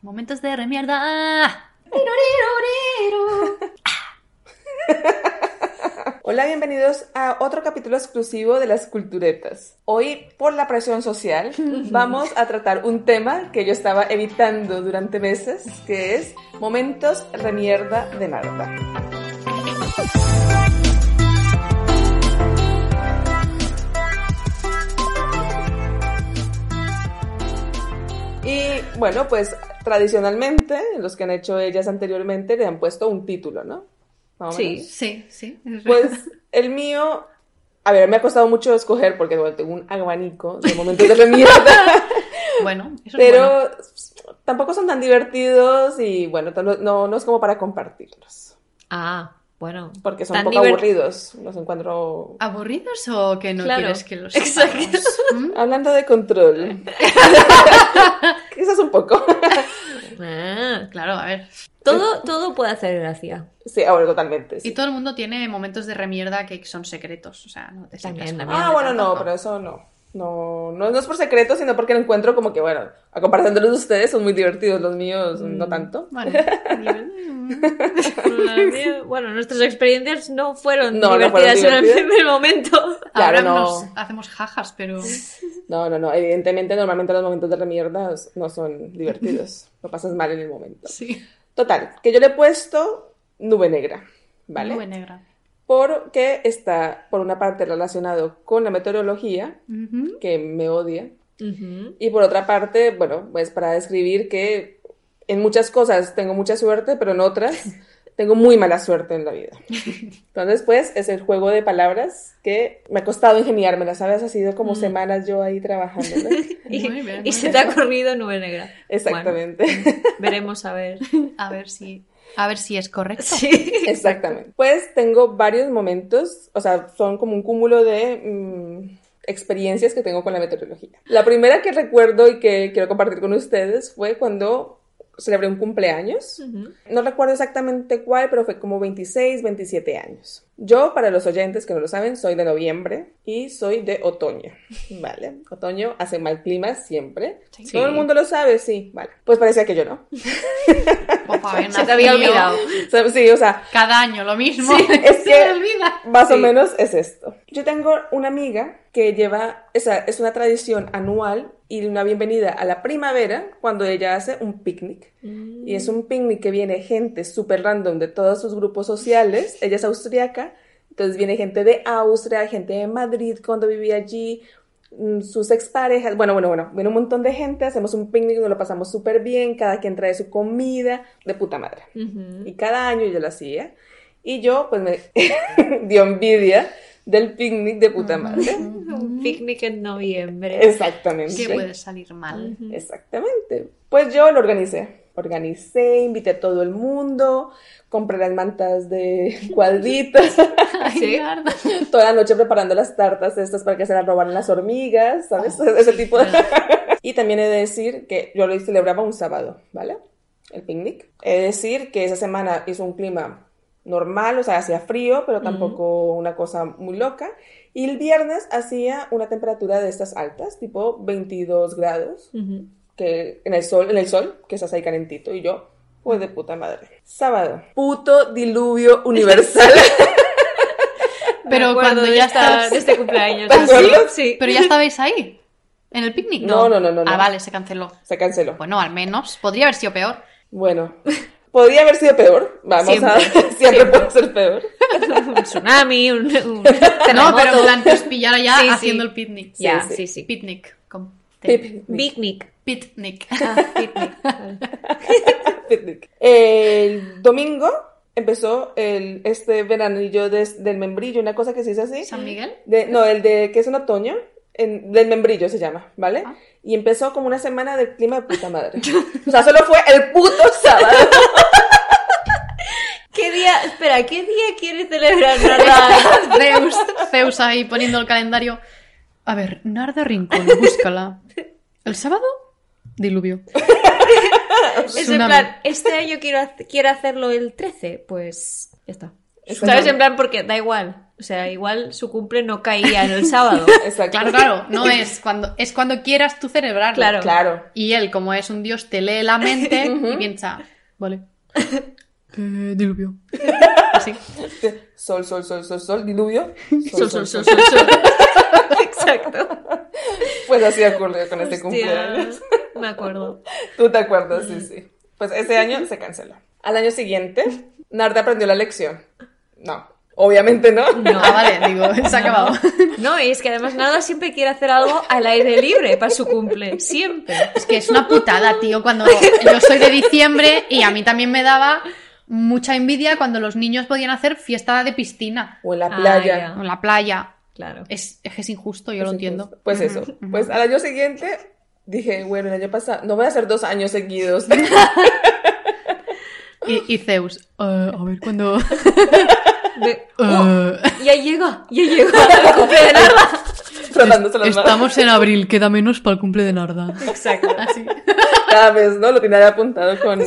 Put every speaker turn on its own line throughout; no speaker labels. Momentos de remierda.
Hola, bienvenidos a otro capítulo exclusivo de las culturetas. Hoy, por la presión social, vamos a tratar un tema que yo estaba evitando durante meses, que es momentos remierda de Marta. Y bueno, pues tradicionalmente, los que han hecho ellas anteriormente le han puesto un título, ¿no? Más o
Sí.
menos.
Sí, sí. es real.
Pues el mío, a ver, me ha costado mucho escoger porque bueno, tengo un abanico de momentos de remierda,
bueno, eso es
pero
bueno.
tampoco son tan divertidos y bueno, no, no, no es como para compartirlos,
Ah, bueno.
porque son
Tan
un poco
diver-
aburridos, los encuentro...
¿Aburridos o que no
Claro,
quieres que los
exacto.
sepamos? ¿Mm?
Hablando de control, quizás un poco,
Ah,
Claro, a ver.
todo, todo puede hacer gracia.
sí, ahora totalmente, sí.
Y todo el mundo tiene momentos de remierda que son secretos. O sea, no te
También,
sientas
también.
Ah, bueno, no,
tampoco.
pero eso no. No, no, no es por secreto, sino porque lo encuentro como que, bueno, a comparación de los de ustedes, son muy divertidos, los míos no
Mm.
tanto.
Bueno,
Bueno, nuestras experiencias no fueron
No, no fueron
divertidas en el
divertidas.
primer momento.
Claro,
ahora
no.
nos hacemos jajas, pero
No, no, no. Evidentemente, normalmente los momentos de la mierda no son divertidos. Lo pasas mal en el momento.
sí.
Total, que yo le he puesto nube negra, ¿vale?
Nube negra.
Porque está, por una parte, relacionado con la meteorología,
Ujú.
que me odia, y por otra parte, bueno, pues para describir que en muchas cosas tengo mucha suerte, pero en otras tengo muy mala suerte en la vida. Entonces, pues, es el juego de palabras que me ha costado ingeniármela, ¿sabes? Ha sido como
Mm.
semanas yo ahí trabajando.
Y,
Muy bien,
y
muy
se te
bien.
ha corrido nube negra.
Exactamente.
Bueno, veremos a ver.
A ver si, a ver si es correcto.
Sí.
Exactamente. Pues tengo varios momentos, o sea, son como un cúmulo de mm, experiencias que tengo con la meteorología. La primera que recuerdo y que quiero compartir con ustedes fue cuando celebré un cumpleaños.
Ujú.
No recuerdo exactamente cuál, pero fue como 26, 27 años. Yo, para los oyentes que no lo saben, soy de noviembre y soy de otoño. Vale, otoño hace mal clima siempre.
Sí.
Todo el mundo lo sabe, sí. Vale, pues parecía que yo no.
Opa, bien
Se te había
nacido.
olvidado.
O sea, Sí, o sea,
Cada año lo mismo.
Sí, es
Se
que-
me olvida.
Más o
Sí.
menos es esto. Yo tengo una amiga que lleva, o sea, es una tradición anual y una bienvenida a la primavera cuando ella hace un picnic. Y es un picnic que viene gente súper random de todos sus grupos sociales. Ella es austriaca, entonces viene gente de Austria, gente de Madrid cuando vivía allí, mm, sus exparejas. Bueno, bueno, bueno, viene un montón de gente, hacemos un picnic, nos lo pasamos súper bien, cada quien trae su comida, de puta madre.
Ujú.
Y cada año yo lo hacía. Y yo, pues, me dio envidia del picnic de puta madre.
Un picnic en noviembre.
Exactamente.
¿Qué puede salir mal?
Ujú.
Exactamente. Pues yo lo organicé. Organicé, invité a todo el mundo, compré las mantas de cuadritos,
Ay,
Sí.
mierda.
toda la noche preparando las tartas estas para que se las robaran las hormigas, ¿sabes?
Oh,
Ese tipo de...
¿verdad?
Y también he de decir que yo lo celebraba un sábado, ¿vale? El picnic. He de decir que esa semana hizo un clima normal, o sea, hacía frío, pero tampoco una cosa muy loca. Y el viernes hacía una temperatura de estas altas, tipo 22 grados,
Ujú.
que en el sol, en el sol, que estás ahí calentito y yo, pues de puta madre. Sábado, puto diluvio universal.
Pero
Me acuerdo
cuando
de
ya
esta-
estás-
de este cumpleaños.
¿Te acuerdas?
Sí.
Pero ya estabais ahí. ¿En el picnic?
No, no, no, no, no.
Ah, vale, se canceló.
Se canceló.
Bueno, al menos. Podría haber sido peor.
Bueno, podría haber sido peor. Vamos a
Siempre.
siempre, puede ser peor.
un tsunami, un,
No,
un
pero en
terremoto.
plan, que os pillara ya
Sí, sí.
haciendo el picnic.
Ya,
Sí,
sí,
sí.
sí.
Picnic. con T.
Pip,
Picnic.
Picnic.
Ah, picnic. Vale.
picnic. El domingo empezó el, este veranillo des- del membrillo, una cosa que se dice así.
¿San Miguel?
De- no, el de que es en otoño, en- del membrillo se llama, ¿vale?
Ah.
Y empezó como una semana de clima de puta madre. O sea, solo fue el puto sábado.
¿Qué día, espera, qué día quieres celebrar Narda?
Zeus, Zeus ahí poniendo el calendario. A ver, Narda Rincón, búscala. ¿El sábado? Diluvio.
Es en
Tsunami.
plan, este año quiero, hac- quiero hacerlo el 13, pues ya está.
Es
¿Sabes?
como-
En plan, porque da igual. O sea, igual su cumple no caía en el sábado.
Exacto.
Claro, claro, no es cuando, es cuando quieras tú celebrarlo.
Claro.
Claro.
Y él, como es un dios, te lee la mente y piensa, vale. Pues Eh, diluvio. Así.
Sol, sol, sol, sol, sol, diluvio.
Sol, sol, sol, sol, sol.
Exacto.
Pues así ocurrió con este cumpleaños.
Hostia, me acuerdo.
Tú te acuerdas, sí, sí. Pues ese año se canceló. Al año siguiente, Narda aprendió la lección. No, obviamente no.
No.
Ah, vale, digo, se ha acabado.
No, y es que además nada siempre quiere hacer algo al aire libre para su cumple. Siempre.
Es que es una putada, tío, cuando yo soy de diciembre y a mí también me daba mucha envidia cuando los niños podían hacer fiesta de piscina
O en la
Ah,
playa.
o en la playa.
Claro.
Es, es que es injusto, yo lo entiendo.
Pues eso. Pues al año siguiente dije, bueno, el año pasado, no voy a hacer dos años seguidos. Pero
Y, y Zeus, eh, a ver cuando...
De- ¡Oh! Ya llega, ya llega el cumple de Narda.
dándose las manos.
Estamos en abril, queda menos para el cumple de Narda.
Exacto.
Así.
Cada vez, ¿no? Lo tenía ahí apuntado con...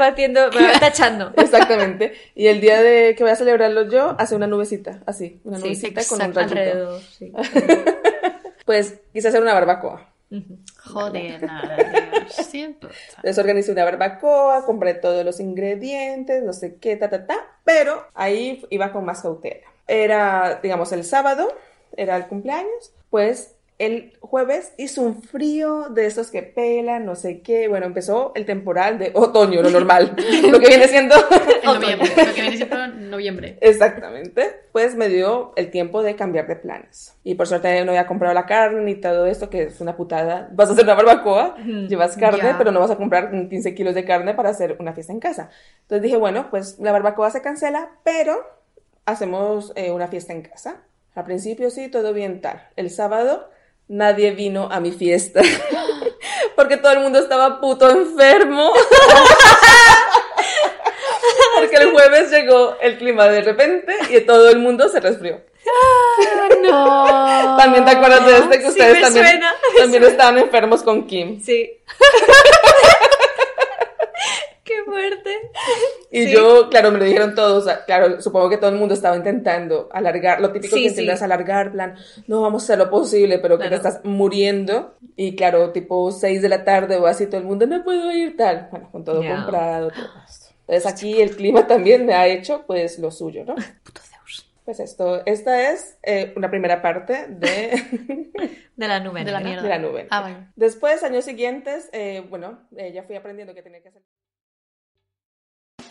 Va haciendo, va tachando.
Exactamente. Y el día de que voy a celebrarlo yo, hace una nubecita, así, una
Sí,
nubecita con un
exacto,
rayito.
Alrededor, sí.
Pues quise hacer una barbacoa.
Ujú.
Joder, Narda, tío, siempre.
Entonces organicé una barbacoa, compré todos los ingredientes, no sé qué, ta, ta, ta, pero ahí iba con más cautela. Era, digamos, el sábado, era el cumpleaños, pues el jueves hizo un frío de esos que pelan, no sé qué, bueno, empezó el temporal de otoño, lo normal, lo que viene siendo
En noviembre, lo que viene siendo noviembre.
Exactamente. Pues me dio el tiempo de cambiar de planes. Y por suerte no había comprado la carne ni todo esto, que es una putada. Vas a hacer una barbacoa, llevas carne,
ya.
pero no vas a comprar 15 kilos de carne para hacer una fiesta en casa. Entonces dije, bueno, pues la barbacoa se cancela, pero hacemos eh, una fiesta en casa. Al principio sí, todo bien tal. El sábado nadie vino a mi fiesta. Porque todo el mundo estaba puto enfermo. Porque el jueves llegó el clima de repente y todo el mundo se resfrió.
No.
También te acuerdas de este que
sí
ustedes
me
también,
suena, me
también estaban enfermos con Kim.
Sí. Qué fuerte.
Y
Sí.
yo, claro, me lo dijeron todos, o sea, claro, supongo que todo el mundo estaba intentando alargar, lo típico
Sí,
que
sí.
intentas alargar, plan, no vamos a hacer lo posible, pero que
Claro.
te estás muriendo. Y claro, tipo 6 de la tarde o así, todo el mundo, no puedo ir, tal. Bueno, con todo
Ya. Pues
comprado, todo esto. Entonces aquí el clima también me ha hecho pues lo suyo, ¿no?
Puto Zeus.
Pues esto, esta es eh, una primera parte de,
De la nube
De la mierda.
negra.
de la nube.
Ah, vale.
Después, años siguientes, eh, bueno, eh, ya fui aprendiendo que tenía que hacer.